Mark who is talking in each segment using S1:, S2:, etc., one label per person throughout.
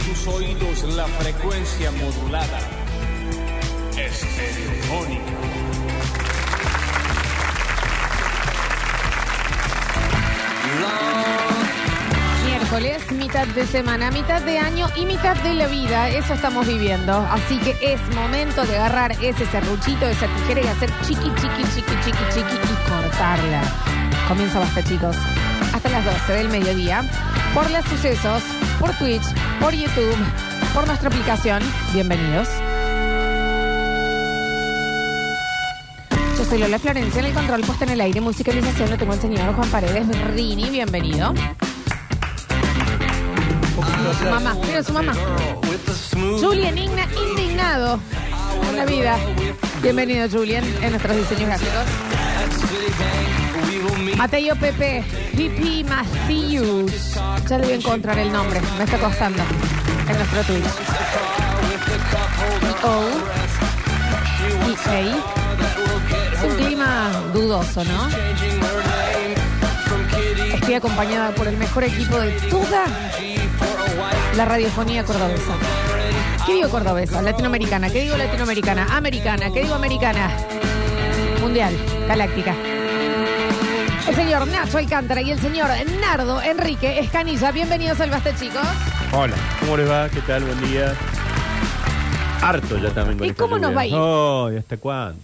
S1: sus oídos la frecuencia modulada. Estereofónica.
S2: Miércoles, mitad de semana, mitad de año y mitad de la vida. Eso estamos viviendo. Así que es momento de agarrar ese serruchito, esa tijera y hacer chiqui, chiqui, chiqui, chiqui, chiqui y cortarla. Comienza basta, chicos. Hasta las 12 del mediodía. Por las sucesos, por Twitch, por YouTube, por nuestra aplicación. Bienvenidos. Yo soy Lola Florencia en el control puesta en el aire, musicalización lo tengo el señor Juan Paredes Rini, bienvenido. Su mamá, mira su mamá. Julian Igna, indignado con la vida. Bienvenido Julian en nuestros diseños gráficos. Mateo Pepe, Pipi Matthews. Ya le voy a encontrar el nombre, me está costando. En nuestro Twitch. E.O. EA. Es un clima dudoso, ¿no? Estoy acompañada por el mejor equipo de toda la radiofonía cordobesa. ¿Qué digo cordobesa? Latinoamericana. ¿Qué digo latinoamericana? Americana. ¿Qué digo americana? Mundial. Galáctica. El señor Nacho Alcántara y el señor Nardo Enrique Escanilla. Bienvenidos al Basta, chicos.
S3: Hola, ¿cómo les va? ¿Qué tal? Buen día. Harto ya también con
S2: ¿Y
S3: esta
S2: cómo nos
S3: lluvia.
S2: va a ir?
S3: Oh, ¿y hasta cuándo?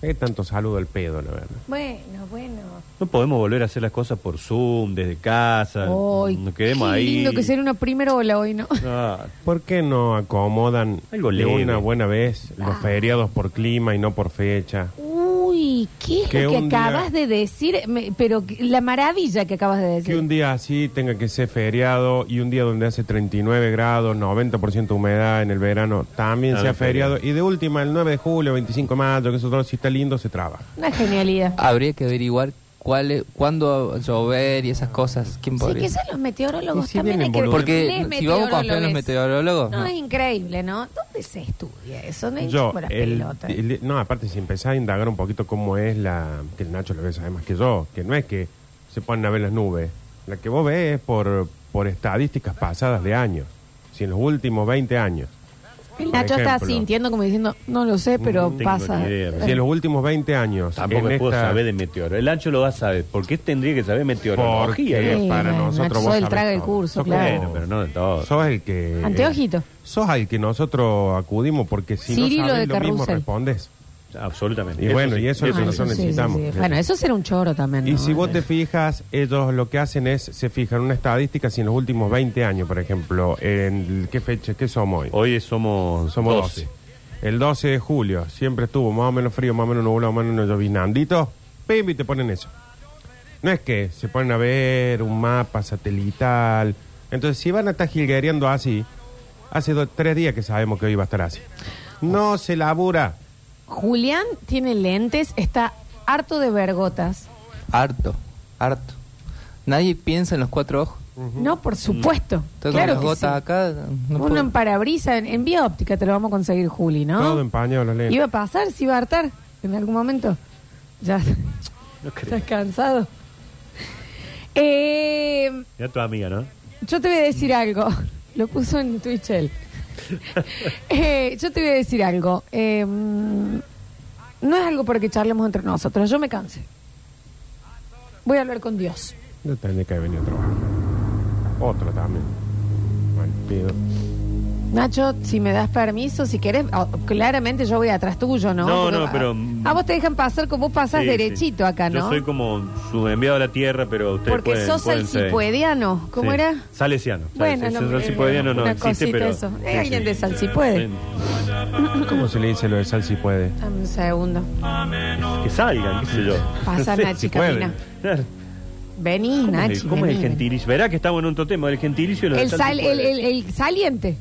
S4: ¿Qué tanto saludo al pedo, la verdad?
S2: Bueno, bueno.
S3: No podemos volver a hacer las cosas por Zoom, desde casa.
S2: Ay,
S3: no queremos
S2: qué
S3: ahí.
S2: lindo que ser una primera ola hoy, ¿no?
S3: Ah,
S4: ¿Por qué no acomodan
S3: Algo
S4: de
S3: leve.
S4: una buena vez los feriados por clima y no por fecha?
S2: Uy, ¿qué es
S4: Que
S2: lo que
S4: un día-
S2: acabas de decir? Me- pero que- la maravilla que acabas de
S4: Que
S2: decir.
S4: un día así tenga que ser feriado y un día donde hace 39 grados, 90% humedad en el verano, también
S3: Ah,
S4: sea
S3: no, feriado.
S4: feriado. Y de última, el 9 de julio, 25 de mayo, que eso todo, si está lindo, se trabaja.
S2: Una genialidad.
S5: Habría que averiguar cuál es- cuándo llover y esas cosas. ¿Quién
S2: Sí,
S5: podría?
S2: quizás los meteorólogos
S4: Y si
S2: también hay
S4: vienen
S2: que ver
S4: boludos.
S2: quién
S5: Porque
S2: es
S5: si vamos a confiar en los
S2: meteorólogos.
S5: meteorólogos,
S2: No,
S5: no.
S2: es increíble, ¿no? ¿Dónde se estudia eso? No hay
S4: Yo,
S2: para
S4: el-
S2: pelota.
S4: el- no, aparte, si empezás a indagar un poquito cómo es la. que el Nacho lo ve, sabe más que yo, que no es que se ponen a ver las nubes. La que vos ves es por, por estadísticas pasadas de años. Si en los últimos 20 años.
S2: El Nacho está
S4: ejemplo.
S2: sintiendo como diciendo, no lo sé, pero
S3: tengo
S2: pasa.
S3: ni idea.
S4: Si en los últimos 20 años.
S3: tampoco
S4: en
S3: me puedo
S4: esta-
S3: saber de meteorología. El ancho lo va a saber. ¿Por qué tendría que saber meteorología?
S4: Porque
S2: Sí,
S4: para
S2: bueno,
S4: nosotros
S2: Nacho,
S4: vos
S2: él
S4: sabés
S2: traga el
S4: todo.
S2: curso,
S4: Sos
S2: claro.
S3: Bueno, pero no de todo.
S4: Sos el que.
S2: Anteojito.
S4: Sos al que nosotros acudimos porque si
S2: Cirilo
S4: no
S2: de
S4: sabes lo mismo
S2: Carrusel.
S4: respondes.
S3: Absolutamente.
S4: Y bueno, y eso es lo que
S2: Ah,
S4: nosotros
S2: sí, sí,
S4: necesitamos.
S2: sí. Bueno, eso será un choro también.
S4: Y
S2: ¿no?
S4: si vos te fijas, ellos lo que hacen es, se fijan una estadística, si en los últimos 20 años, por ejemplo, en qué fecha, qué somos hoy.
S3: Hoy somos,
S4: somos 12. El 12 de julio, siempre estuvo más o menos frío, más o menos nublado, más o menos llovinandito, pim, y te ponen eso. No es que se ponen a ver un mapa satelital. Entonces, si van a estar jilguereando así, hace dos, tres días que sabemos que hoy va a estar así. No se labura.
S2: Julián tiene lentes, está harto de vergotas.
S5: Harto, harto. Nadie piensa en los cuatro ojos.
S2: No, por supuesto.
S5: Estoy
S2: claro
S5: con
S2: que
S5: Mm. las gotas
S2: sí.
S5: acá. no
S2: Uno
S5: puedo.
S2: en parabrisas, en, en vía óptica te lo vamos a conseguir, Juli, ¿no?
S4: Todo empañado los lentes.
S2: Iba a pasar, si iba a hartar en algún momento. Ya, estás cansado. Eh,
S3: Mira tu amiga, ¿no?
S2: yo te voy a decir algo. Lo puso en Twitch él. Eh, yo te voy a decir algo. Eh, mm, no es algo para que charlemos entre nosotros. Yo me cansé. Voy a hablar con Dios.
S4: Yo tendría que haber venido a trabajar. Otro también. Mal pido.
S2: Nacho, si me das permiso, si querés, oh, claramente yo voy atrás tuyo, ¿no?
S3: No,
S2: Porque,
S3: no, pero-
S2: A, a vos te dejan pasar como vos pasás
S3: Sí, sí.
S2: derechito acá, ¿no?
S3: Yo soy como su enviado a la tierra, pero ustedes
S2: Porque
S3: pueden,
S2: sos
S3: pueden
S2: el
S3: ser-
S2: cipuediano. ¿Cómo
S3: Sí.
S2: era?
S3: Salesiano.
S2: Bueno,
S3: Sal-
S2: no,
S3: sal-
S2: eh,
S3: salsipuediano no
S2: una
S3: existe,
S2: cosita
S3: pero.
S2: eso. Hay alguien de sal si puede.
S4: ¿Cómo se le dice lo de sal si puede?
S2: Dame un segundo.
S3: Que salgan, qué sé yo.
S2: Pasa,
S3: No sé
S2: Nachi,
S3: si pueden.
S2: camina.
S3: Claro.
S2: Vení,
S3: ¿Cómo, es,
S2: Nachi.
S3: el- cómo es
S2: vení,
S3: el
S2: vení.
S3: gentilicio? Verá que estamos en otro tema, el gentilicio y lo de
S2: El,
S3: sal
S2: sal-
S3: si
S2: el,
S3: puede.
S2: el- el saliente.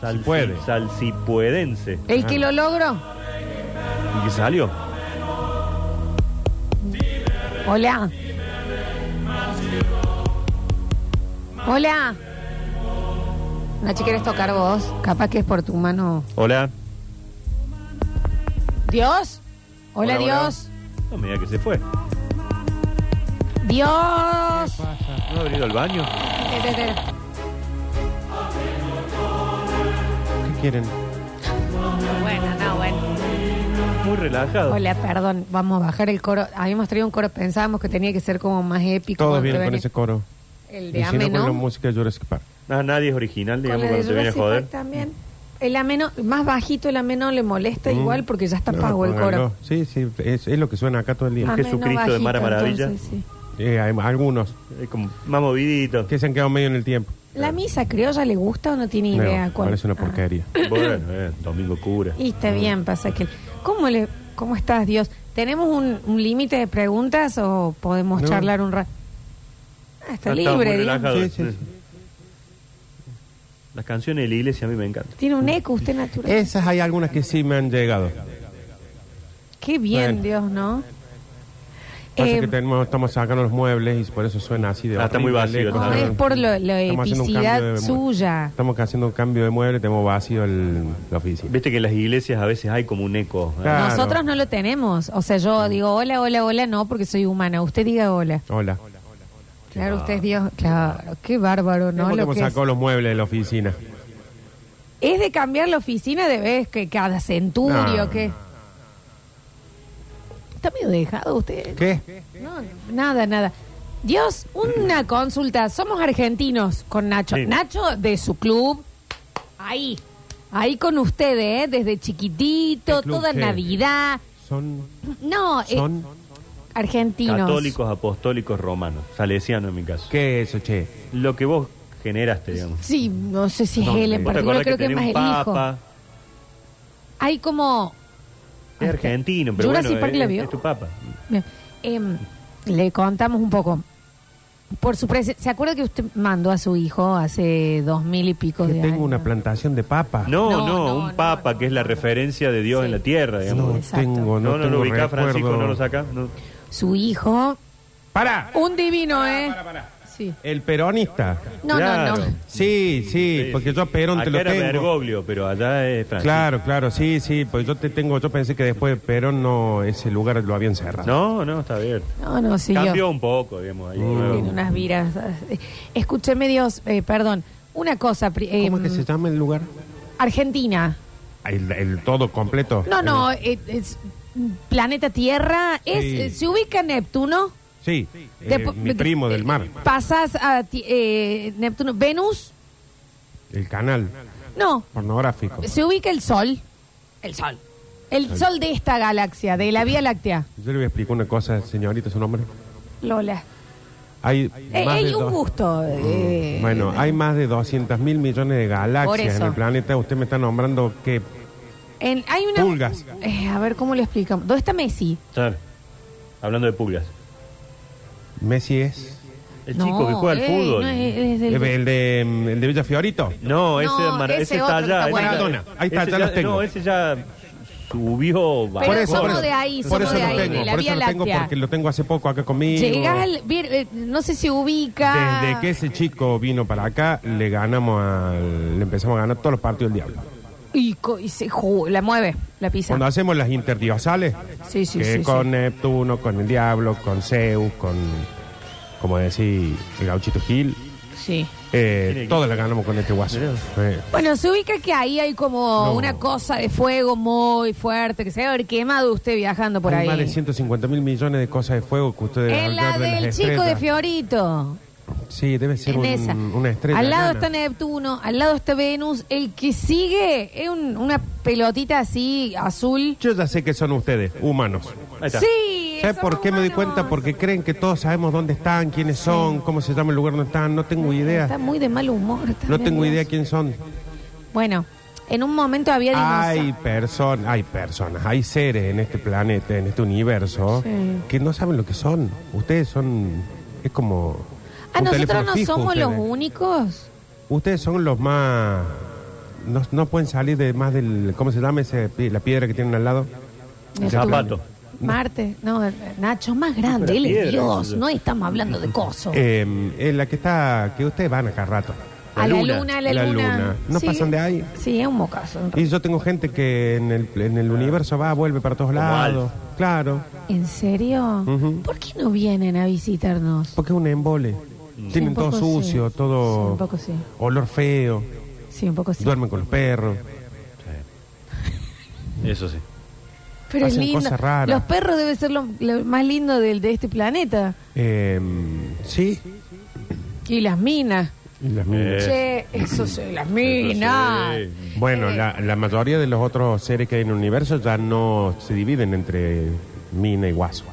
S3: Sal
S4: Si puede.
S3: Salsipuedense.
S2: El que lo logró.
S3: ¿Y qué salió?
S2: Hola. Hola. Nachi, ¿quieres tocar vos? Capaz que es por tu mano.
S3: Hola.
S2: ¿Dios? Hola,
S4: Hola, hola.
S2: Dios.
S3: No me diga que se fue.
S2: Dios.
S3: ¿No ha venido al baño?
S2: Eh, Espera, espera.
S4: quieren.
S2: Bueno, no, bueno.
S3: Muy relajado.
S2: Hola, perdón. Vamos a bajar el coro. Habíamos traído un coro, pensábamos que tenía que ser como más épico.
S4: Todos
S2: cuando
S4: vienen con
S2: venía-
S4: ese coro.
S2: El
S4: Y
S2: de
S4: si no,
S2: Ameno.
S4: con la música de Jurassic Park.
S3: No, Ah, nadie es original,
S2: Con
S3: digamos,
S2: la de
S3: cuando se viene a
S2: Jurassic
S3: joder.
S2: Park también. El ameno, más bajito el ameno le molesta
S4: Mm.
S2: igual porque ya está
S4: No,
S2: pago el Ah.
S4: pónganlo.
S2: coro.
S4: Sí, sí, es, es lo que suena acá todo el día.
S2: Ameno
S3: Jesucristo de Mara Maravilla.
S2: entonces, sí.
S4: Eh, hay algunos
S3: Es como más movidito.
S4: que se han quedado medio en el tiempo.
S2: ¿La misa criolla le gusta o no tiene
S4: No,
S2: idea cuál?
S4: parece una
S2: Ah.
S4: porquería.
S3: Bueno, eh, Domingo Cura.
S2: Y está bien, pasa que... ¿Cómo, le, cómo estás, Dios? ¿Tenemos un, un límite de preguntas o podemos
S4: No.
S2: charlar un rato? Ah, está
S3: Ah, estamos
S2: libre,
S3: muy
S2: digamos.
S3: relajados.
S4: Sí, sí, sí.
S3: Las canciones de la iglesia a mí me encantan.
S2: Tiene un eco usted natural.
S4: Esas hay algunas que sí me han llegado.
S2: Qué bien,
S4: Bueno.
S2: Dios, ¿no?
S4: Pasa
S2: Eh,
S4: que tenemos, estamos sacando los muebles y por eso suena así de
S3: Ah, está
S4: horrible,
S3: muy vacío,
S4: lejos.
S2: no,
S3: Perdón.
S2: es por lo, la
S4: Estamos haciendo un
S2: epicidad
S4: cambio de mueble.
S2: suya.
S4: Estamos haciendo un cambio de mueble, tenemos vacío el, la oficina.
S3: Viste que en las iglesias a veces hay como un eco. ¿eh?
S4: Claro. Mm.
S2: Nosotros no lo tenemos. O sea, yo digo hola, hola, hola, no, porque soy humana. Usted diga hola.
S4: Hola.
S2: Claro, usted es Dios. Claro, qué bárbaro, ¿no?
S4: Hemos-
S2: Lo
S4: hemos
S2: que es.
S4: sacado los muebles de la oficina.
S2: Es de cambiar la oficina de vez, que cada centurio,
S4: No.
S2: que... Está medio dejado usted.
S4: ¿Qué?
S2: No, nada, nada. Dios, una consulta. Somos argentinos con Nacho.
S3: Sí.
S2: Nacho de su club, ahí, ahí con ustedes, ¿eh? desde chiquitito,
S4: ¿Qué club
S2: toda
S4: qué?
S2: Navidad.
S4: Son,
S2: No, eh,
S4: son,
S2: argentinos.
S3: Católicos, apostólicos, romanos. Salesiano en mi caso.
S4: ¿qué es eso, che?
S3: Lo que vos generaste, digamos.
S2: Sí, no sé si es
S4: No,
S2: él en
S4: ¿vos
S3: ¿Vos
S2: particular,
S3: te acordás
S2: creo que, es
S3: tenía
S2: más
S3: un
S2: el hijo.
S3: papa?
S2: Hay como...
S3: Es argentino,
S2: Ah,
S3: pero
S2: Jurassic
S3: bueno,
S2: Park
S3: es,
S2: la vio.
S3: es tu papa.
S2: Bien. Em, le contamos un poco. Por su presen- ¿Se acuerda que usted mandó a su hijo hace dos mil y pico
S4: Que
S2: de
S4: tengo
S2: años?
S4: una plantación de papas.
S3: No,
S2: No,
S3: no,
S2: no,
S3: un
S2: no,
S3: papa
S2: no,
S3: que es la
S2: no.
S3: referencia de Dios
S2: Sí.
S3: en la tierra, digamos.
S4: No
S2: Exacto.
S4: tengo,
S3: No,
S4: no,
S3: no, lo
S4: tengo
S3: ubicás,
S4: recuerdo.
S3: Francisco, no lo sacás. No.
S2: Su hijo
S4: ¡Para!
S2: Un divino, ¿eh? Sí.
S4: El peronista.
S2: No,
S3: Claro.
S2: no, no.
S4: Sí, sí, porque yo a Perón te
S3: Acá
S4: lo
S3: era
S4: tengo.
S3: Bergoglio, pero allá es Francisco.
S4: Claro, claro, sí, sí, porque yo te tengo, yo pensé que después de Perón no, ese lugar lo habían cerrado.
S3: No, no, está bien.
S2: No, no, siguió.
S3: Cambió un poco, digamos. Ahí,
S2: Tiene unas viras. eh. Escúcheme, Dios, eh, perdón. Una cosa. pri-
S4: ¿Cómo
S2: eh,
S4: es que se llama el lugar?
S2: Argentina.
S4: El, el todo completo.
S2: No, no, eh, es planeta Tierra. Es,
S4: Sí.
S2: eh, se ubica Neptuno.
S4: Sí, eh,
S2: Depo-
S4: mi primo del mar,
S2: Pasas a ti- eh, Neptuno. Venus.
S4: el canal
S2: No,
S4: pornográfico.
S2: se ubica el Sol. El Sol. El Sol de esta galaxia, de la Vía Láctea.
S4: Yo le voy a explicar una cosa, señorita, su nombre.
S2: Lola.
S4: Hay,
S2: Eh,
S4: más
S2: hay
S4: de
S2: un
S4: dos-
S2: gusto. eh,
S4: Mm, Bueno, hay más de 200 mil millones de
S2: Por
S4: galaxias
S2: eso.
S4: en el planeta. Usted me está nombrando que
S2: En- hay una.
S4: Pulgas.
S2: Eh, a ver cómo lo explicamos. ¿Dónde está Messi?
S3: Claro. Hablando de pulgas.
S4: Messi es
S3: El
S2: No,
S3: chico que juega
S2: eh,
S3: al fútbol.
S2: No,
S3: No,
S2: es- es del-
S4: el, de, el de Villa Fiorito.
S3: No, ese,
S2: No,
S3: Mara-
S2: ese
S3: ese
S2: otro
S3: está
S2: que está
S3: allá. ese
S2: bueno.
S4: Maradona. Ahí está,
S3: ese
S4: ya los tengo.
S3: No, ese ya subió. bajó.
S2: Pero somos de ahí,
S4: por
S2: somos
S4: eso
S2: de
S4: lo
S2: ahí,
S4: tengo,
S2: de la
S4: por eso
S2: Vía
S4: lo tengo
S2: Láctea.
S4: porque lo tengo hace poco acá conmigo.
S2: Llegás al. vir- eh, no sé si ubica.
S4: Desde que ese chico vino para acá, le ganamos al- le empezamos a ganar todos los partidos del diablo.
S2: Y, co- y se ju- la mueve, la pisa.
S4: Cuando hacemos las interdiosales,
S2: Sí, sí,
S4: que
S2: sí,
S4: con
S2: sí.
S4: Neptuno, con el diablo, con Zeus, con, como decir, el gauchito Gil,
S2: Sí.
S4: eh, todas las ganamos con este guaso. Eh,
S2: Bueno, se ubica que ahí hay como
S4: No.
S2: una cosa de fuego muy fuerte que se debe haber quemado usted viajando por
S4: hay
S2: ahí.
S4: más de 150 mil millones de cosas de fuego que ustedes
S2: en la
S4: hablan de las
S2: del chico de
S4: estrellas.
S2: Fiorito.
S4: Sí, debe ser
S2: en
S4: un-
S2: esa.
S4: una estrella.
S2: Al lado
S4: enana.
S2: está Neptuno, al lado está Venus. El que sigue es un- una pelotita así, azul.
S4: Yo ya sé que son ustedes, humanos.
S3: Ahí está.
S2: Sí.
S4: ¿Sabes
S2: somos
S4: por qué me di
S2: humanos.
S4: cuenta? Porque creen que todos sabemos dónde están, quiénes son, cómo se llama el lugar donde están. No tengo
S2: Está
S4: idea.
S2: muy de mal humor.
S4: No
S2: también,
S4: tengo
S2: Dios.
S4: idea quién son.
S2: Bueno, en un momento había Ah,
S4: Hay
S2: dinosaurios.
S4: personas, hay personas, hay seres en este planeta, en este universo,
S2: Sí.
S4: que no saben lo que son. Ustedes son, es como...
S2: Ah,
S4: un
S2: nosotros
S4: teléfono
S2: no
S4: fijo,
S2: somos los
S4: ustedes.
S2: únicos.
S4: Ustedes son los más... No, no pueden salir de más del... ¿Cómo se llama ese, pi- la piedra que tienen al lado?
S3: El
S2: Neptuno.
S3: zapato.
S2: Marte, no, Nacho, más grande, él es
S3: piedra,
S2: Dios,
S3: eso.
S2: no estamos hablando de coso.
S4: Eh, en la que está... Que ustedes van acá a rato.
S2: a la luna, a la,
S4: la
S2: luna.
S4: luna. No
S2: Sí.
S4: pasan de ahí.
S2: Sí, es un mocazo. en
S4: Y yo tengo gente que en el, en el universo va, vuelve para todos
S3: Como
S4: lados.
S3: Alf.
S4: Claro,
S2: ¿En serio?
S4: Ujú.
S2: ¿Por qué no vienen a visitarnos?
S4: porque es un embole.
S2: Sí,
S4: Tienen
S2: un
S4: todo
S2: poco sí.
S4: sucio,
S2: Sí, un
S4: todo
S2: poco sí.
S4: olor feo,
S2: Sí, un poco sí.
S4: duermen con los perros.
S3: Eso sí.
S2: Pero es
S4: Hacen
S2: lindo.
S4: cosas raras.
S2: Los perros debe ser lo, lo más lindo del, de este planeta.
S4: Em, sí.
S2: Y las minas.
S4: Y las minas.
S3: Eh,
S2: Che, eso sí, las minas.
S3: Eso sí.
S4: Bueno,
S2: Eh.
S4: la, la mayoría de los otros seres que hay en el universo ya no se dividen entre mina y guaso.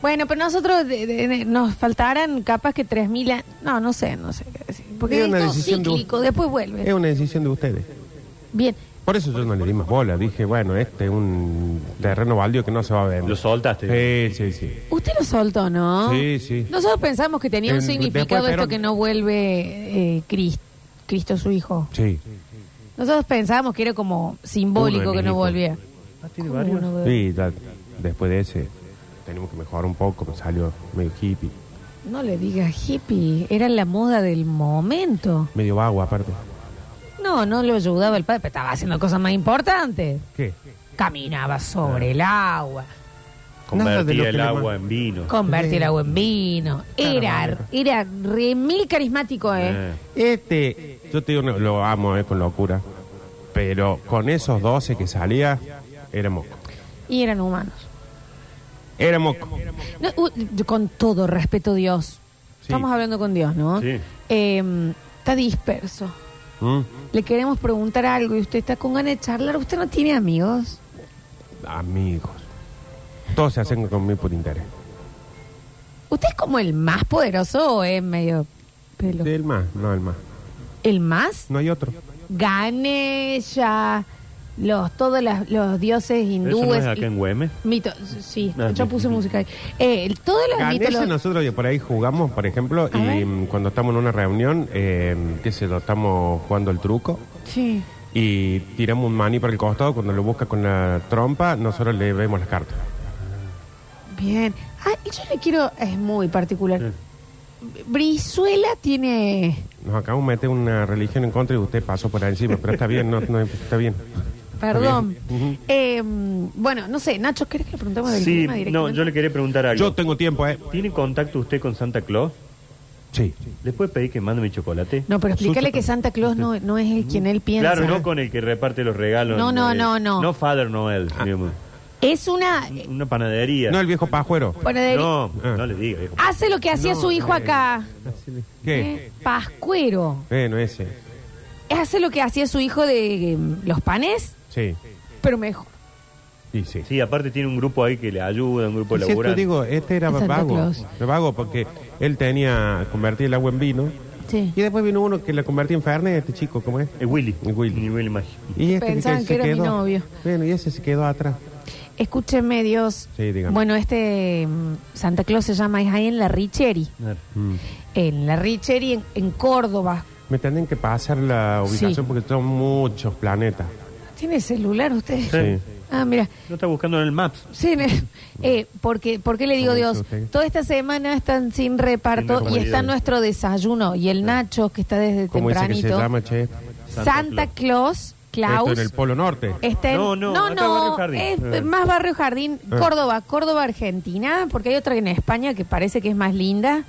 S2: Bueno, pero nosotros de- de- de- nos faltarán capaz que 3.000 años. No, no sé, no sé qué decir. Porque
S4: Es
S2: es,
S4: una
S2: todo
S4: decisión de-
S2: cíclico, después vuelve.
S4: Es una decisión de ustedes.
S2: Bien.
S4: Por eso yo no le di más bola. Dije, bueno, este es un terreno baldío que no se va a ver.
S3: Lo soltaste.
S4: Sí, sí, sí.
S2: Usted lo soltó, ¿no?
S4: Sí, sí.
S2: Nosotros pensamos que tenía un
S4: En-
S2: significado
S4: después,
S2: esto
S4: pero-
S2: que no vuelve eh, Cris- Cristo su hijo.
S4: Sí.
S2: Nosotros pensábamos que era como
S4: Uno
S2: simbólico
S4: de
S2: que
S4: mis
S2: no
S4: hijos.
S2: volvía. ¿Cómo uno de-
S4: Sí, ya después de ese tenemos que mejorar un poco, pero salió medio hippie,
S2: No le digas hippie, era la moda del momento.
S4: medio vago aparte.
S2: No, no lo ayudaba el padre, pero estaba haciendo cosas más importantes.
S4: ¿Qué?
S2: Caminaba sobre el agua,
S4: Nada de
S3: Convertí
S4: lo que
S3: el
S4: le
S3: agua
S4: mando.
S3: en vino.
S2: convertía el agua en vino. Era,
S4: Claro,
S2: era re mil carismático, ¿eh?
S3: Eh,
S4: Este, yo te digo, no, lo amo eh, con locura, pero con esos 12 que salía, era moco.
S2: Y eran humanos.
S4: Era moco.
S2: No, u- yo con todo respeto, Dios.
S4: Sí.
S2: Estamos hablando con Dios, ¿no?
S3: Sí.
S2: Eh, está disperso.
S4: ¿Mm?
S2: Le queremos preguntar algo y usted está con ganas de charlar. ¿Usted no tiene amigos?
S4: Amigos. Todos se hacen conmigo por interés.
S2: ¿Usted es como el más poderoso o es medio pelo?
S4: El más, no el más.
S2: ¿El más?
S4: No hay otro.
S2: Ganesha, los, todos las- los dioses
S3: ¿Eso no
S2: hindúes.
S3: es acá en Güemes?
S2: mito- sí,
S3: Ah,
S2: yo
S3: sí.
S2: puse música ahí. Eh, el- todos los
S4: Ganesha
S2: mitos.
S4: nosotros por ahí jugamos, por ejemplo,
S2: A
S4: y
S2: ver.
S4: mm, cuando estamos en una reunión, eh, qué sé yo, estamos jugando el truco
S2: Sí.
S4: y tiramos un maní para el costado, cuando lo busca con la trompa, nosotros le vemos las cartas.
S2: Bien. Ah, y yo le quiero. Es muy particular. Brizuela tiene.
S4: Nos acabamos de meter una religión en contra y usted pasó por ahí encima, pero está bien, no, no, está bien.
S2: Perdón.
S4: bien. Ujú.
S2: Eh, bueno, no sé, Nacho, ¿querés que le preguntemos del
S3: Sí,
S2: clima
S3: no,
S2: directamente?
S3: yo le quería preguntar algo.
S4: Yo tengo tiempo, ¿eh?
S3: ¿Tiene contacto usted con Santa Claus?
S4: Sí.
S3: ¿Le puede pedir que mande mi chocolate?
S2: No, pero explícale
S4: Susto.
S2: que Santa Claus no, no es el quien él piensa.
S3: Claro, no con el que reparte los regalos.
S2: No, no, no, no.
S3: No Father Noel, digamos.
S2: Es una. eh,
S3: Una panadería.
S4: Ah. No el viejo pajuero.
S2: bueno, de-
S3: No,
S4: Ah.
S3: no le diga, viejo.
S2: Hace lo que hacía su
S4: eh,
S2: hijo acá.
S4: ¿Qué?
S2: ¿Eh? Pascuero.
S4: Bueno, ese.
S2: Hace lo que hacía su hijo de eh, los panes,
S4: Sí.
S2: pero mejor.
S4: Sí, sí.
S3: Sí, aparte tiene un grupo ahí que le ayuda, un grupo
S4: Por cierto,
S3: laborante.
S4: digo, este era
S2: Santa
S4: vago.
S2: Claus.
S4: Era Vago porque él tenía convertir el agua en vino.
S2: Sí.
S4: Y después vino uno que la convertía en Fernet, este chico, ¿cómo es?
S3: Es Willy.
S4: Es Willy.
S3: Ni Willy Mágico.
S4: Y este
S2: Pensaban que era mi novio.
S4: Bueno, y ese se quedó atrás.
S2: Escúcheme, Dios.
S4: Sí, dígame.
S2: bueno, este mm, Santa Claus se llama, es ahí en la Richeri.
S4: Mm.
S2: En la Richeri, en, en Córdoba.
S4: Me tienen que pasar la ubicación
S2: Sí.
S4: porque son muchos planetas.
S2: ¿Tiene celular usted?
S4: Sí.
S2: Ah, mira.
S3: No está buscando en el Maps.
S2: Sí, ne- eh, porque, ¿Por qué le digo
S4: ¿Cómo dice
S2: Dios?
S4: usted?
S2: Toda esta semana están sin reparto
S3: Sin
S2: y está
S3: comodidades.
S2: nuestro desayuno. Y el Nacho, que está desde
S4: ¿Cómo dice que
S2: tempranito.
S4: se llama, che?
S2: Santa, Claus, Claus.
S4: Esto en el Polo Norte.
S2: Está en-
S3: No, no,
S2: Este, no,
S3: acá
S2: no,
S3: Barrio Jardín.
S2: es
S3: Eh.
S2: más Barrio Jardín,
S4: Eh.
S2: Córdoba, Córdoba, Argentina, porque hay otra en España que parece que es más linda.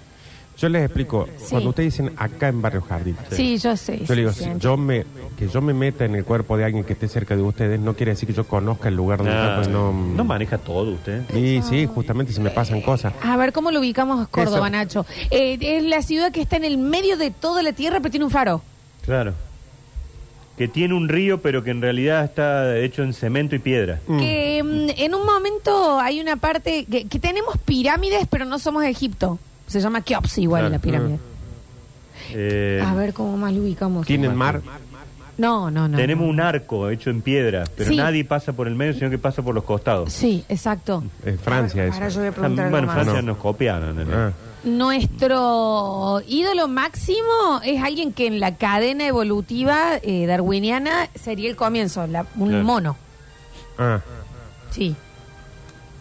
S4: Yo les explico.
S2: Sí.
S4: Cuando ustedes dicen acá en Barrio Jardín.
S2: Sí, yo sé.
S4: Yo
S2: sí,
S4: le digo,
S2: sí,
S4: si
S2: entiendo.
S4: yo me, que yo me meta en el cuerpo de alguien que esté cerca de ustedes, no quiere decir que yo conozca el lugar donde está,
S3: Nah,
S4: pues
S3: Ah, no,
S4: no,
S3: maneja todo usted.
S4: Y sí, justamente se me pasan cosas.
S2: A ver, ¿cómo lo ubicamos Córdoba,
S4: Eso.
S2: Nacho? Eh, es la ciudad que está en el medio de toda la tierra, pero tiene un faro.
S3: Claro. Que tiene un río, pero que en realidad está hecho en cemento y piedra.
S2: Que mm, en un momento hay una parte que, que tenemos pirámides, pero no somos Egipto. Se llama Keops igual
S3: Claro.
S2: la pirámide.
S3: Eh,
S2: A ver cómo más lo ubicamos.
S4: Tienen mar.
S2: No, no, no.
S3: Tenemos
S2: no.
S3: un arco hecho en piedra, pero
S2: Sí.
S3: nadie pasa por el medio, sino que pasa por los costados.
S2: Sí, exacto.
S4: Eh, Francia
S2: Ahora
S4: es.
S2: yo voy a
S3: Ah,
S2: preguntar algo
S3: Bueno,
S2: más.
S3: Francia
S4: No.
S3: nos copiaron. ¿no?
S4: Ah,
S2: Nuestro ídolo máximo es alguien que en la cadena evolutiva eh, darwiniana sería el comienzo, la- un
S3: Claro.
S2: mono.
S4: ah,
S2: Sí.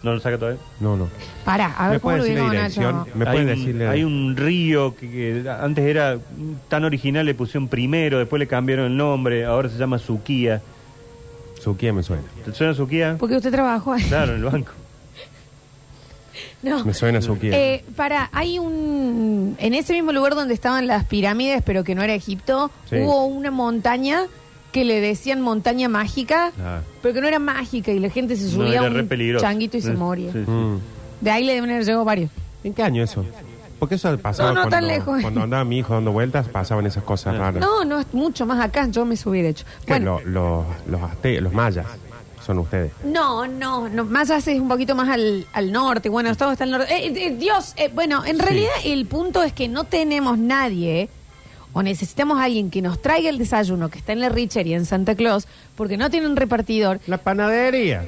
S3: ¿No lo saca todavía?
S4: no, no.
S2: Pará, a ver
S4: ¿Me
S2: cómo
S4: puede
S2: lo
S4: decir la
S2: vieron,
S4: dirección?
S2: Nacho.
S4: ¿Me
S3: hay,
S4: puede
S3: un,
S4: decirle?
S3: hay un río que, que antes era tan original, le pusieron primero, después le cambiaron el nombre, ahora se llama Suquía.
S4: Suquía me suena.
S3: ¿Te suena Suquía?
S2: Porque usted trabajó ahí.
S3: Claro, en el banco.
S2: No.
S4: Me suena Suquía.
S2: Eh, pará, hay un. En ese mismo lugar donde estaban las pirámides, pero que no era Egipto,
S4: Sí.
S2: hubo una montaña que le decían montaña mágica,
S4: Ah.
S2: pero que no era mágica y la gente se subía
S3: era
S2: a
S3: re
S2: un
S3: peligroso.
S2: changuito y se
S3: Sí,
S2: moría.
S3: sí, sí.
S4: Mm.
S2: De ahí le deben haber llegado varios.
S4: ¿En qué año eso? Porque eso pasaba
S2: No, no,
S4: cuando,
S2: tan lejos.
S4: cuando andaba mi hijo dando vueltas, pasaban esas cosas raras.
S2: No, no, es mucho más acá, yo me hubiera hecho.
S4: Que
S2: Bueno,
S4: lo- los, los, azte- los mayas son ustedes.
S2: no, no, no, Mayas es un poquito más al, al norte, bueno, Estados está al norte. Eh, eh, Dios, eh, bueno, en
S4: Sí.
S2: realidad el punto es que no tenemos nadie, o necesitamos a alguien que nos traiga el desayuno, que está en la Richer y en Santa Claus, porque no tienen repartidor,
S4: La panadería.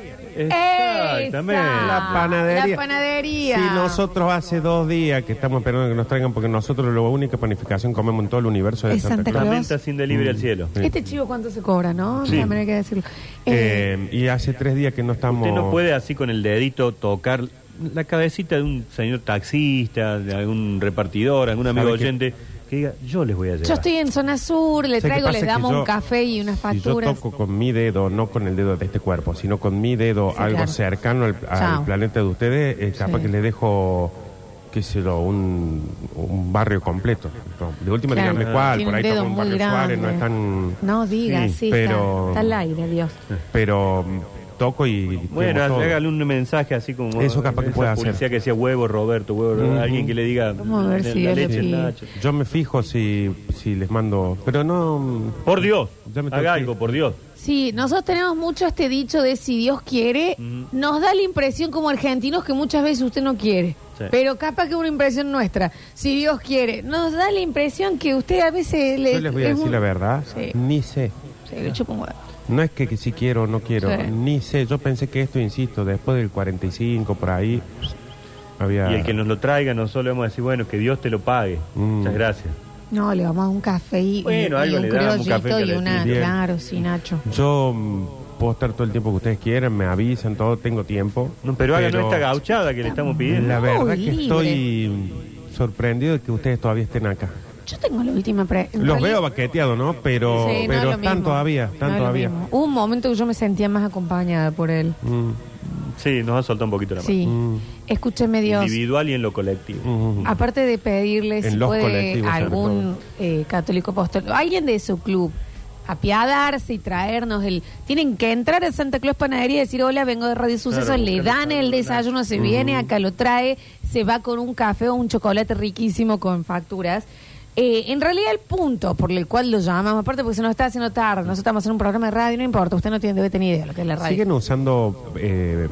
S3: Exactamente.
S2: Esa.
S4: La panadería.
S2: Ah, La panadería.
S4: Si nosotros hace dos días que estamos esperando que nos traigan, porque nosotros la única panificación comemos en todo el universo de
S2: Es
S4: Santa,
S2: Santa
S4: Claus.
S2: Claus.
S3: Lamenta sin delibre al cielo.
S4: Mm. Sí.
S2: Este chivo cuánto se cobra, ¿no?
S3: Sí.
S2: También hay que decirlo. Eh,
S4: Eh, y hace tres días que no estamos.
S3: Usted no puede así con el dedito tocar la cabecita de un señor taxista, de algún repartidor, algún amigo
S4: ¿Sabe qué?
S3: oyente que diga, yo les voy a llevar.
S2: yo estoy en zona sur, le
S4: ¿Sabe qué
S2: traigo,
S4: pasa?
S2: le
S4: Que
S2: damos
S4: yo-
S2: un café y unas facturas.
S4: Si yo toco con mi dedo, no con el dedo de este cuerpo, sino con mi dedo
S2: Sí,
S4: algo
S2: claro.
S4: cercano al, al
S2: Chao.
S4: planeta de ustedes, eh, capaz
S2: Sí.
S4: que le dejo, qué sé yo, un, un barrio completo. De última,
S2: Claro.
S4: díganme cuál,
S2: Tiene
S4: por ahí toca
S2: dedo
S4: un
S2: muy
S4: barrio Suárez, no
S2: grande.
S4: es tan.
S2: No digas, sí,
S4: Sí, pero-
S2: está, está al aire, Dios.
S4: Pero mm, toco y.
S3: Bueno,
S4: tengo todo.
S3: hágale un mensaje así como.
S4: Eso capaz que
S3: esa
S4: puede hacer.
S3: publicidad que decía huevo, Roberto, huevo, Roberto",
S4: Ujú.
S3: alguien que le diga.
S2: Vamos a ver
S3: "La
S2: si él
S3: leche,
S2: sí.
S3: Nacho".
S4: Yo me fijo si, si les mando. Pero no. mm,
S3: Por Dios,
S4: Ya me tengo
S3: haga
S4: que ir.
S3: algo, por Dios.
S2: Sí, nosotros tenemos mucho este dicho de si Dios quiere, nos da la impresión como argentinos que muchas veces usted no quiere.
S3: Sí.
S2: Pero capaz que es una impresión nuestra. Si Dios quiere, nos da la impresión que usted a veces le.
S4: Yo les voy a
S2: es
S4: decir
S2: un-
S4: la verdad.
S2: Sí.
S4: Ni sé.
S2: Sí, lo chupa un huevo.
S4: No es que, que si quiero o no quiero,
S2: Sí.
S4: ni sé. Yo pensé que esto, insisto, después del 45, por ahí, había...
S3: Y el que nos lo traiga, nosotros le vamos a decir, bueno, que Dios te lo pague.
S4: Mm.
S3: Muchas gracias.
S2: No, le vamos a un café y,
S3: Bueno,
S2: y
S3: algo
S2: un
S3: le damos, un café
S2: criollito
S3: que
S2: y
S3: le-
S2: una.
S4: Bien.
S2: Claro, sí, Nacho.
S4: Yo mm, puedo estar todo el tiempo que ustedes quieran, me avisan, todo, tengo tiempo.
S3: No, pero haga no esta ¿eh? gauchada que le estamos pidiendo.
S4: La verdad
S2: Muy
S4: que
S2: libre.
S4: estoy mm, sorprendido de que ustedes todavía estén acá.
S2: Yo tengo la última pregunta.
S4: Los veo baqueteados, ¿no? Pero,
S2: Sí, no es
S4: pero
S2: lo
S4: están
S2: mismo.
S4: todavía,
S2: No
S4: están
S2: es lo
S4: todavía.
S2: mismo. Hubo un momento que yo me sentía más acompañada por él.
S4: Mm,
S3: Sí, nos ha soltado un poquito la mano.
S2: Sí.
S4: Mm.
S2: Escúcheme, Dios.
S3: Individual y en lo colectivo.
S4: mm.
S2: Aparte de pedirle
S4: En
S2: si
S4: los
S2: puede
S4: colectivos, sobre
S2: algún
S4: todo.
S2: eh, católico apostólico, alguien de su club, apiadarse y traernos el. Tienen que entrar a Santa Claus Panadería y decir: Hola, vengo de Radio Sucesos.
S3: Claro,
S2: le
S3: buscar
S2: dan
S3: el
S2: el
S3: desayuno,
S2: desayuno, se viene acá, lo trae, se va con un café o un chocolate riquísimo con facturas. Eh, en realidad, el punto por el cual lo llamamos, aparte porque se nos está haciendo tarde, nosotros estamos en un programa de radio, no importa, usted no tiene, debe tener idea de lo que es la radio.
S4: Siguen usando eh,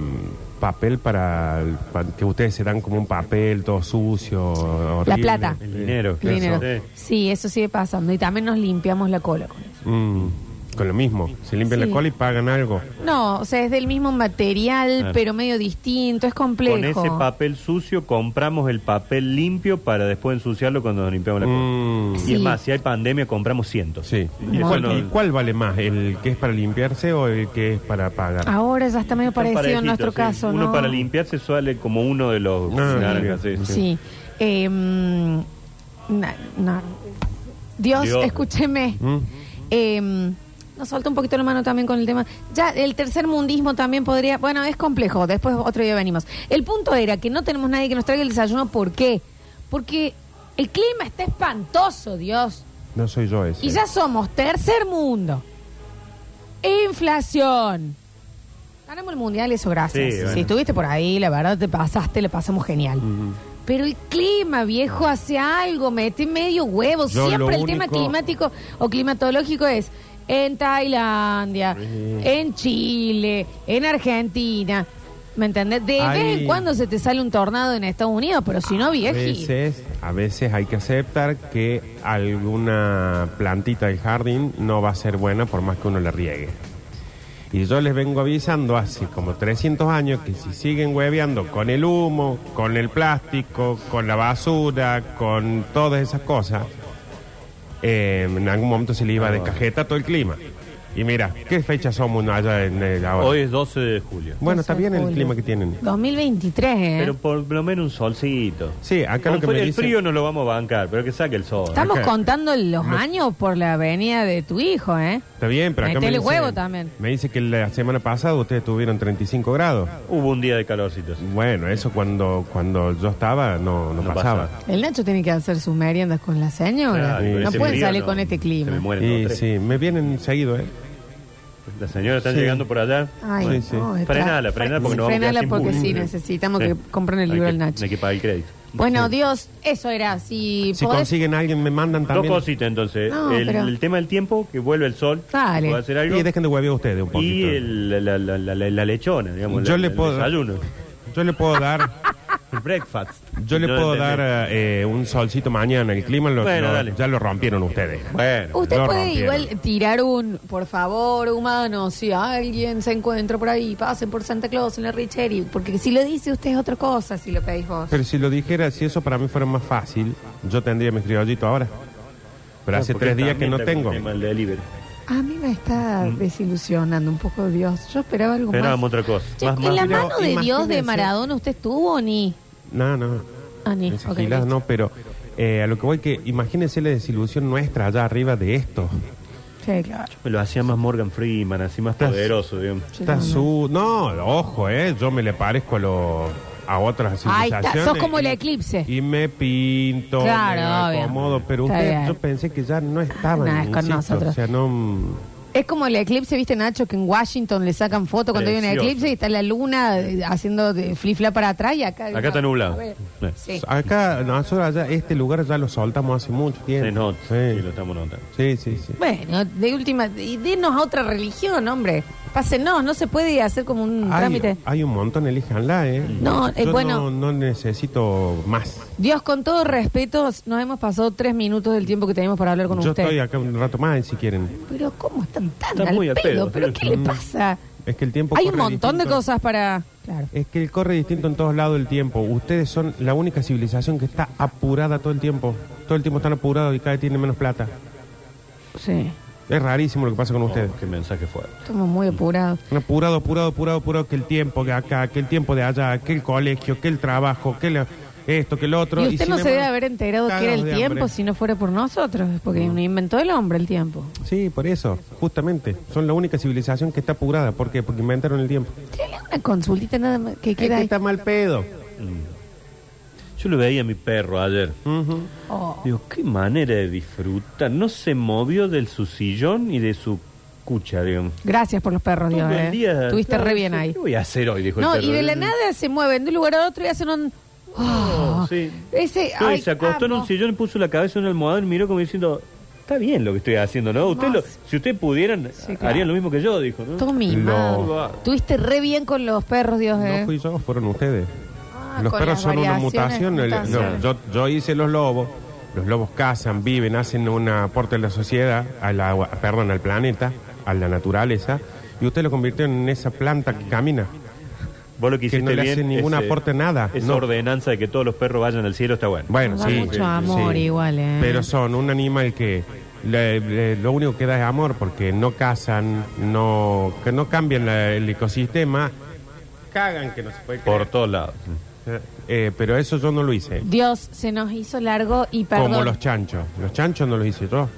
S4: papel para, para que ustedes se dan como un papel todo sucio.
S2: La
S4: horrible.
S2: plata.
S3: El dinero.
S2: El dinero.
S3: Eso.
S2: Sí, eso sigue pasando. Y también nos limpiamos la cola con eso.
S4: Mm, con lo mismo. Se limpian
S2: Sí.
S4: la cola y pagan algo.
S2: No, o sea, es del mismo material,
S3: Claro.
S2: pero medio distinto, es complejo.
S3: Con ese papel sucio compramos el papel limpio para después ensuciarlo cuando nos limpiamos la cola.
S4: Mm,
S3: Y
S2: Sí.
S3: es más, si hay pandemia compramos cientos.
S4: sí.
S3: Y
S4: ¿Y
S3: eso
S4: cuál,
S3: no-
S4: y cuál vale más? ¿El que es para limpiarse o el que es para pagar?
S2: Ahora ya está medio
S3: Son
S2: parecido
S3: parejitos,
S2: en nuestro
S3: sí.
S2: caso,
S3: Uno
S2: ¿no?
S3: para limpiarse sale como uno de los...
S4: Ah,
S3: naranjas, sí,
S4: bien.
S3: sí.
S2: Sí. Eh, mm, na- na- Dios,
S3: Dios.
S2: escúcheme.
S4: Mm.
S2: Eh, nos falta un poquito la mano también con el tema. Ya, el tercer mundismo también podría. Bueno, es complejo. Después otro día venimos. El punto era que no tenemos nadie que nos traiga el desayuno. ¿Por qué? Porque el clima está espantoso, Dios.
S4: No soy yo ese.
S2: Y ya somos tercer mundo. Inflación. Ganamos el mundial, eso gracias.
S3: Sí, bueno.
S2: Si estuviste por ahí, la verdad te pasaste, le pasamos genial. Pero el clima, viejo, hace algo, mete medio huevo.
S4: Yo
S2: Siempre el
S4: lo
S2: tema
S4: único-
S2: climático o climatológico es en Tailandia, en Chile, en Argentina. ¿Me entendés? De vez en
S4: Ahí-
S2: cuando se te sale un tornado en Estados Unidos, pero si no,
S4: A
S2: viejito.
S4: veces, a veces hay que aceptar que alguna plantita del jardín no va a ser buena por más que uno la riegue. Y yo les vengo avisando hace como 300 años que si siguen hueveando con el humo, con el plástico, con la basura, con todas esas cosas, eh, en algún momento se le iba de cajeta todo el clima. Y mira, ¿qué fecha somos allá en el ahora?
S3: Hoy es 12 de julio.
S4: bueno, está
S2: Entonces,
S4: bien el
S2: Julio.
S4: clima que tienen.
S2: 2023, ¿eh?
S3: Pero por lo menos un solcito.
S4: Sí, acá lo
S3: Con
S4: que me
S3: El
S4: dicen-
S3: frío no lo vamos a bancar, pero que saque el sol. ¿eh?
S2: Estamos
S4: Acá.
S2: contando los años por la avenida de tu hijo, ¿eh?
S4: Está bien, pero acá
S2: Metele
S4: me dice,
S2: huevo también.
S4: Me dice que la semana pasada ustedes tuvieron 35 grados.
S3: Hubo un día de calorcitos.
S4: Bueno, eso cuando cuando yo estaba no, no
S3: No
S4: pasaba.
S3: pasaba.
S2: El Nacho tiene que hacer sus meriendas con la señora.
S3: Claro, y con
S2: no
S3: ese
S2: pueden
S3: frío
S2: salir con este
S3: se me
S2: clima.
S3: mueren dos,
S4: Y
S3: tres.
S4: sí, me vienen seguido, ¿eh?
S3: La señora está
S4: Sí.
S3: llegando por allá.
S2: Ay,
S4: Sí, sí.
S2: no, está-
S3: Frenala, frenala porque no vamos a quedar
S2: Frenala
S3: sin
S2: porque
S3: público.
S2: sí, necesitamos que compren el
S3: Hay
S2: libro
S3: que-
S2: del Nacho.
S3: Hay que pagar el crédito.
S2: Bueno, Dios, eso era. Si,
S4: Si
S2: podés-
S4: consiguen a alguien, me mandan
S3: Dos
S4: también.
S3: cositas entonces.
S2: No,
S3: el,
S2: pero-
S3: el tema del tiempo, que vuelve el sol.
S2: Dale.
S3: puede hacer algo.
S4: Y dejen de huevear ustedes un poquito.
S3: Y el- la, la- la- la- la lechona, digamos.
S4: Yo
S3: la-
S4: le
S3: el
S4: puedo-
S3: desayuno.
S4: Yo le puedo dar.
S3: El breakfast.
S4: Yo le
S3: No
S4: puedo
S3: entendés.
S4: dar eh, un solcito mañana. El clima lo,
S3: Bueno,
S4: lo-
S3: dale.
S4: ya lo rompieron ustedes.
S3: Bueno.
S2: Usted
S4: lo
S2: puede
S4: rompieron.
S2: igual tirar un, por favor, humano, si alguien se encuentra por ahí, pasen por Santa Claus en la Richeri, porque si lo dice usted es otra cosa, si lo pedís vos.
S4: Pero si lo dijera, si eso para mí fuera más fácil, yo tendría mis criollitos ahora. Pero hace
S3: Porque
S4: tres días que
S3: también
S4: no
S3: está con
S4: tengo.
S3: el tema del delivery.
S2: A mí me está desilusionando un poco Dios. Yo esperaba algo
S3: Mm. Esperábamos
S2: más.
S3: otra cosa.
S2: Che,
S3: Más- más-
S2: ¿En la
S4: Pero
S2: mano de Dios de
S4: imagínense.
S2: Maradona usted estuvo o ni?
S4: No, no.
S2: Ah, ni.
S4: Esas
S2: Ok,
S4: giladas
S2: listo.
S4: no, pero eh, a lo que voy que imagínense la desilusión nuestra allá arriba de esto.
S2: Sí, claro.
S3: Me lo hacía más Morgan Freeman, así más
S4: Estás-
S3: poderoso, digamos.
S4: Está su... No, ojo, eh, yo me le parezco a los a otras
S2: Ahí está,
S4: civilizaciones.
S2: sos como el
S4: y-
S2: eclipse.
S4: Y me pinto,
S2: Claro,
S4: me
S2: obvio.
S4: acomodo, pero
S2: Está
S4: usted,
S2: bien.
S4: yo pensé que ya no estaban.
S2: No, es con
S4: insisto,
S2: nosotros.
S4: O sea, no...
S2: Es como el eclipse, viste Nacho, que en Washington le sacan foto cuando hay un
S3: Precioso.
S2: eclipse y está la luna eh, haciendo flifla para atrás y acá...
S3: Acá está nublado.
S2: A ver.
S3: Sí.
S2: Sí.
S4: Acá, nosotros allá, este lugar ya lo soltamos hace mucho tiempo.
S3: Se nota, sí,
S4: Sí,
S3: lo estamos notando.
S4: sí, sí. sí.
S2: Bueno, de última, y denos a otra religión, hombre. Pásenos, no se puede hacer como un
S4: Hay,
S2: trámite.
S4: hay un montón, elíjanla, ¿eh?
S2: No, eh,
S4: Yo
S2: bueno.
S4: No, no necesito más.
S2: Dios, con todo respeto, nos hemos pasado tres minutos del tiempo que teníamos para hablar con
S4: Yo
S2: usted.
S4: estoy acá un rato más, si quieren.
S2: Pero ¿cómo están tan
S3: Está
S2: al
S3: muy al
S2: pedo?
S3: pedo,
S2: ¿Pero
S3: sí.
S2: qué le pasa?
S4: Es que el tiempo.
S2: Hay un
S4: corre
S2: montón de
S4: distinto.
S2: cosas para... Claro.
S4: Es que él corre distinto en todos lados el tiempo. Ustedes son la única civilización que está apurada todo el tiempo. Todo el tiempo están apurados y cada vez tienen menos plata.
S2: Sí,
S4: Es rarísimo lo que pasa con ustedes.
S3: Oh, qué mensaje fue.
S2: estamos muy apurados.
S4: Un Apurado, apurado, apurado, apurado, que el tiempo de acá, que el tiempo de allá, que el colegio, que el trabajo, que la- esto, que lo otro.
S2: Y usted
S4: sin
S2: no se debe
S4: embargo,
S2: haber enterado que era
S4: cagados
S2: el
S4: de
S2: tiempo
S4: hambre. Mm.
S2: si no fuera por nosotros, porque no inventó el hombre el tiempo.
S4: Sí, por eso, justamente. Son la única civilización que está apurada. ¿Por qué? Porque inventaron el tiempo.
S2: Tiene una consultita nada más que
S4: Es
S2: queda
S4: que
S2: ahí.
S4: está mal pedo.
S3: Yo lo veía a mi perro ayer.
S4: Ujú.
S2: Oh,
S3: Digo, qué manera de disfrutar. No se movió de su sillón y de su cucha, digamos.
S2: Gracias por los perros, Dios.
S3: Todo el
S2: eh.
S3: día-
S2: Estuviste
S3: no,
S2: re
S3: dice,
S2: bien ahí.
S3: ¿Qué voy a hacer hoy? Dijo el
S2: No,
S3: perro.
S2: y de la nada se mueven de un lugar a otro y hacen un. Oh,
S3: Sí.
S2: Ese.
S3: No, y
S2: ay,
S3: se acostó en
S2: amo.
S3: un sillón, puso la cabeza en un almohadón y miró como diciendo, está bien lo que estoy haciendo, ¿no? Usted lo-
S2: Hermoso.
S3: si ustedes pudieran,
S2: Sí, claro.
S3: harían lo mismo que yo, dijo, ¿no?
S2: Todo mimado.
S3: Lo-
S2: Estuviste re bien con los perros, Dios. eh.
S4: No fui yo, fueron ustedes.
S2: Ah,
S4: los
S2: con
S4: perros
S2: las
S4: son una
S2: variaciones,
S4: mutación. el-
S2: mutaciones.
S4: no, yo, yo hice los lobos. Los lobos cazan, viven, hacen un aporte a la sociedad, a la, perdón, al planeta, a la naturaleza. Y usted lo convirtió en esa planta que camina.
S3: Vos lo que
S4: Que
S3: hiciste
S4: no le
S3: bien
S4: hace ningún
S3: es, eh,
S4: aporte a nada.
S3: Esa
S4: No.
S3: ordenanza de que todos los perros vayan al cielo está bueno.
S4: Bueno,
S2: Nos da
S4: sí.
S2: mucho
S4: sí,
S2: amor
S4: sí.
S2: igual, ¿eh?
S4: Pero son un animal que le- le- lo único que da es amor porque no cazan, no, que no cambian la- el ecosistema, cagan que no se puede
S3: Por
S4: creer.
S3: todos lados.
S4: Eh, pero eso yo no lo hice.
S2: Dios, se nos hizo largo y perdón.
S4: Como los chanchos. Los chanchos no los hice yo.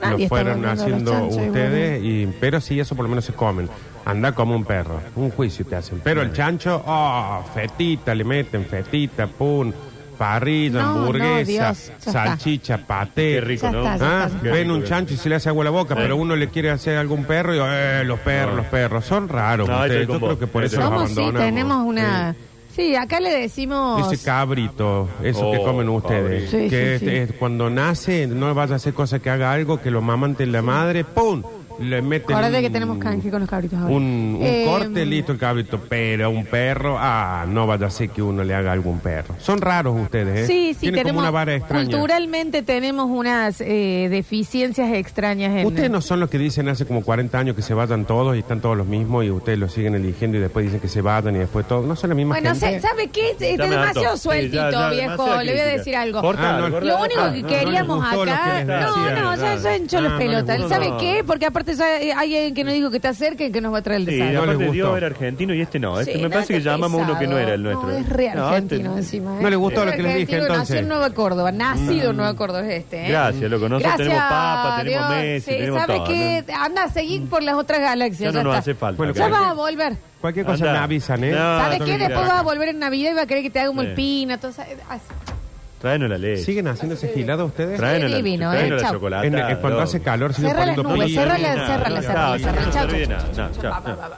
S2: Nadie
S4: lo
S2: Ah, está
S4: fueron
S2: volviendo a los
S4: haciendo
S2: chanchos
S4: ustedes, y, pero sí, eso por lo menos se comen. Anda como un perro, un juicio te hacen. Pero el chancho, oh, fetita, le meten fetita, pum, parrilla,
S2: No, no,
S4: hamburguesa,
S2: Dios, ya está.
S4: salchicha, paté.
S3: Qué rico,
S2: Ya
S3: ¿no?
S2: está, ya
S4: Ah,
S2: está.
S3: Qué
S4: Ven un
S3: rico.
S4: chancho y se le hace agua a la boca, pero uno le quiere hacer algún perro y eh, los perros, los perros. Son raros.
S3: No,
S4: ustedes.
S3: estoy con
S4: Yo creo
S3: vos.
S4: que por eso
S3: Estoy
S4: los
S2: Somos, sí,
S4: abandonamos.
S2: tenemos
S4: Sí.
S2: una. Sí, acá le decimos.
S4: Ese cabrito, eso
S3: Oh,
S4: que comen ustedes.
S2: cabrito. Sí,
S4: que este
S2: sí, sí.
S4: es- es cuando nace, no vaya a hacer cosa que haga algo, que lo mamante la madre, ¡pum! Le meten.
S2: Acuérdate
S4: un-
S2: que tenemos canje con los cabritos ahora.
S4: Un, un
S2: Eh,
S4: corte, listo el cabrito. Pero un perro, ah, no vaya a ser que uno le haga a algún perro. Son raros ustedes, ¿eh?
S2: Sí, sí,
S4: Tienen
S2: tenemos.
S4: como una vara extraña.
S2: Culturalmente tenemos unas eh, deficiencias extrañas en.
S4: Ustedes no son los que dicen hace como 40 años que se vayan todos y están todos los mismos y ustedes los siguen eligiendo y después dicen que se vayan y después todos. No son la misma
S2: Bueno,
S4: gente.
S2: se- ¿sabe qué? Este Es
S3: Ya me
S2: demasiado
S3: hartó.
S2: sueltito,
S3: Sí, ya, ya,
S2: viejo.
S3: demasiada
S2: Le voy a
S3: crítica.
S2: decir algo.
S3: Corta,
S4: Ah, no,
S3: corta.
S2: Lo único que
S3: Ah,
S2: queríamos
S4: no les gustó
S2: acá.
S4: lo que les
S2: No,
S4: decía.
S2: no, ya, ya hinchó las
S4: Ah, no les
S2: pelotas.
S3: gustó,
S2: ¿Sabe
S3: no.
S2: qué? Porque aparte ya hay alguien que nos dijo que está cerca y que nos va a traer el
S3: Sí,
S2: desayuno.
S4: no les
S3: aparte
S4: gustó.
S3: Dios era argentino y este no. Este
S2: Sí,
S3: me
S2: no,
S3: parece que
S2: está
S3: llamamos uno que no era
S2: pesado.
S3: el nuestro.
S2: No, es re
S3: No, este-
S2: argentino encima. ¿eh?
S4: No le gustó
S2: Es
S4: lo que les dije,
S2: argentino,
S4: entonces.
S2: Nació en Nueva Córdoba, nacido en Nueva Córdoba es este. ¿eh?
S3: Mm. Gracias, loco. Nosotros tenemos papa, tenemos
S2: Dios.
S3: Messi,
S2: Sí,
S3: tenemos
S2: ¿sabe
S3: todo,
S2: qué? Anda, seguí por las otras
S3: Ya
S2: galaxias.
S3: no nos
S2: está.
S3: hace falta.
S4: Bueno,
S2: Ya
S4: Ok.
S2: vas a volver.
S4: Cualquier cosa
S3: Anda.
S4: me avisan, ¿eh?
S3: No, Ah,
S2: ¿Sabes
S3: no
S2: qué?
S3: mira.
S2: Después vas a volver en Navidad y va a querer que te haga un
S3: Sí.
S2: molpina, todo eso. eh, Así.
S3: Tráenos la leche.
S4: ¿Siguen haciendo ese gilado ustedes?
S3: Tráenos
S2: Sí,
S3: la,
S2: divino,
S3: tráenos
S2: eh,
S3: la
S2: chau.
S3: chocolate.
S4: En- es cuando hace calor, siguen
S2: Cerrá las
S4: poniendo
S2: nubes,
S4: pila.
S2: cerrá las-
S3: Nada,
S2: cerrala,
S3: no,
S2: cerrala,
S3: no,
S2: cerrala,
S3: no,
S2: chau,
S3: no,
S2: chau,
S3: no,
S2: chau,
S3: no, chau, chau.